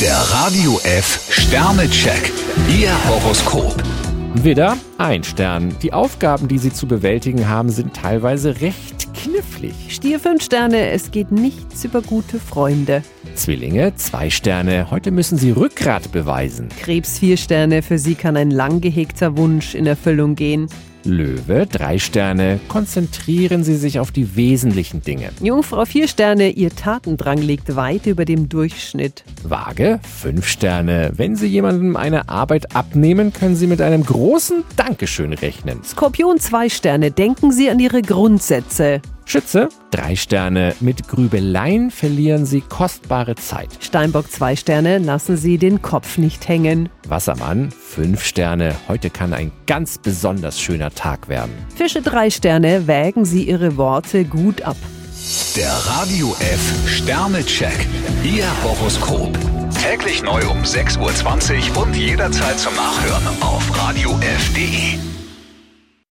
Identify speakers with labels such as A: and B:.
A: Der Radio F Sternecheck. Ihr Horoskop.
B: Widder, ein Stern. Die Aufgaben, die Sie zu bewältigen haben, sind teilweise recht knifflig.
C: Stier 5 Sterne, es geht nichts über gute Freunde.
B: Zwillinge, zwei Sterne. Heute müssen Sie Rückgrat beweisen.
C: Krebs 4 Sterne, für sie kann ein lang gehegter Wunsch in Erfüllung gehen.
B: Löwe, drei Sterne. Konzentrieren Sie sich auf die wesentlichen Dinge.
C: Jungfrau 4 Sterne, ihr Tatendrang liegt weit über dem Durchschnitt.
B: Waage, fünf Sterne. Wenn Sie jemandem eine Arbeit abnehmen, können Sie mit einem großen Dankeschön rechnen.
C: Skorpion 2 Sterne, denken Sie an Ihre Grundsätze.
B: Schütze, drei Sterne. Mit Grübeleien verlieren Sie kostbare Zeit.
C: Steinbock 2 Sterne, lassen Sie den Kopf nicht hängen.
B: Wassermann, fünf Sterne. Heute kann ein ganz besonders schöner Tag werden.
C: Fische 3 Sterne, wägen Sie Ihre Worte gut ab.
A: Der Radio F Sternecheck. Ihr Horoskop. Täglich neu um 6.20 Uhr und jederzeit zum Nachhören auf Radio radiof.de.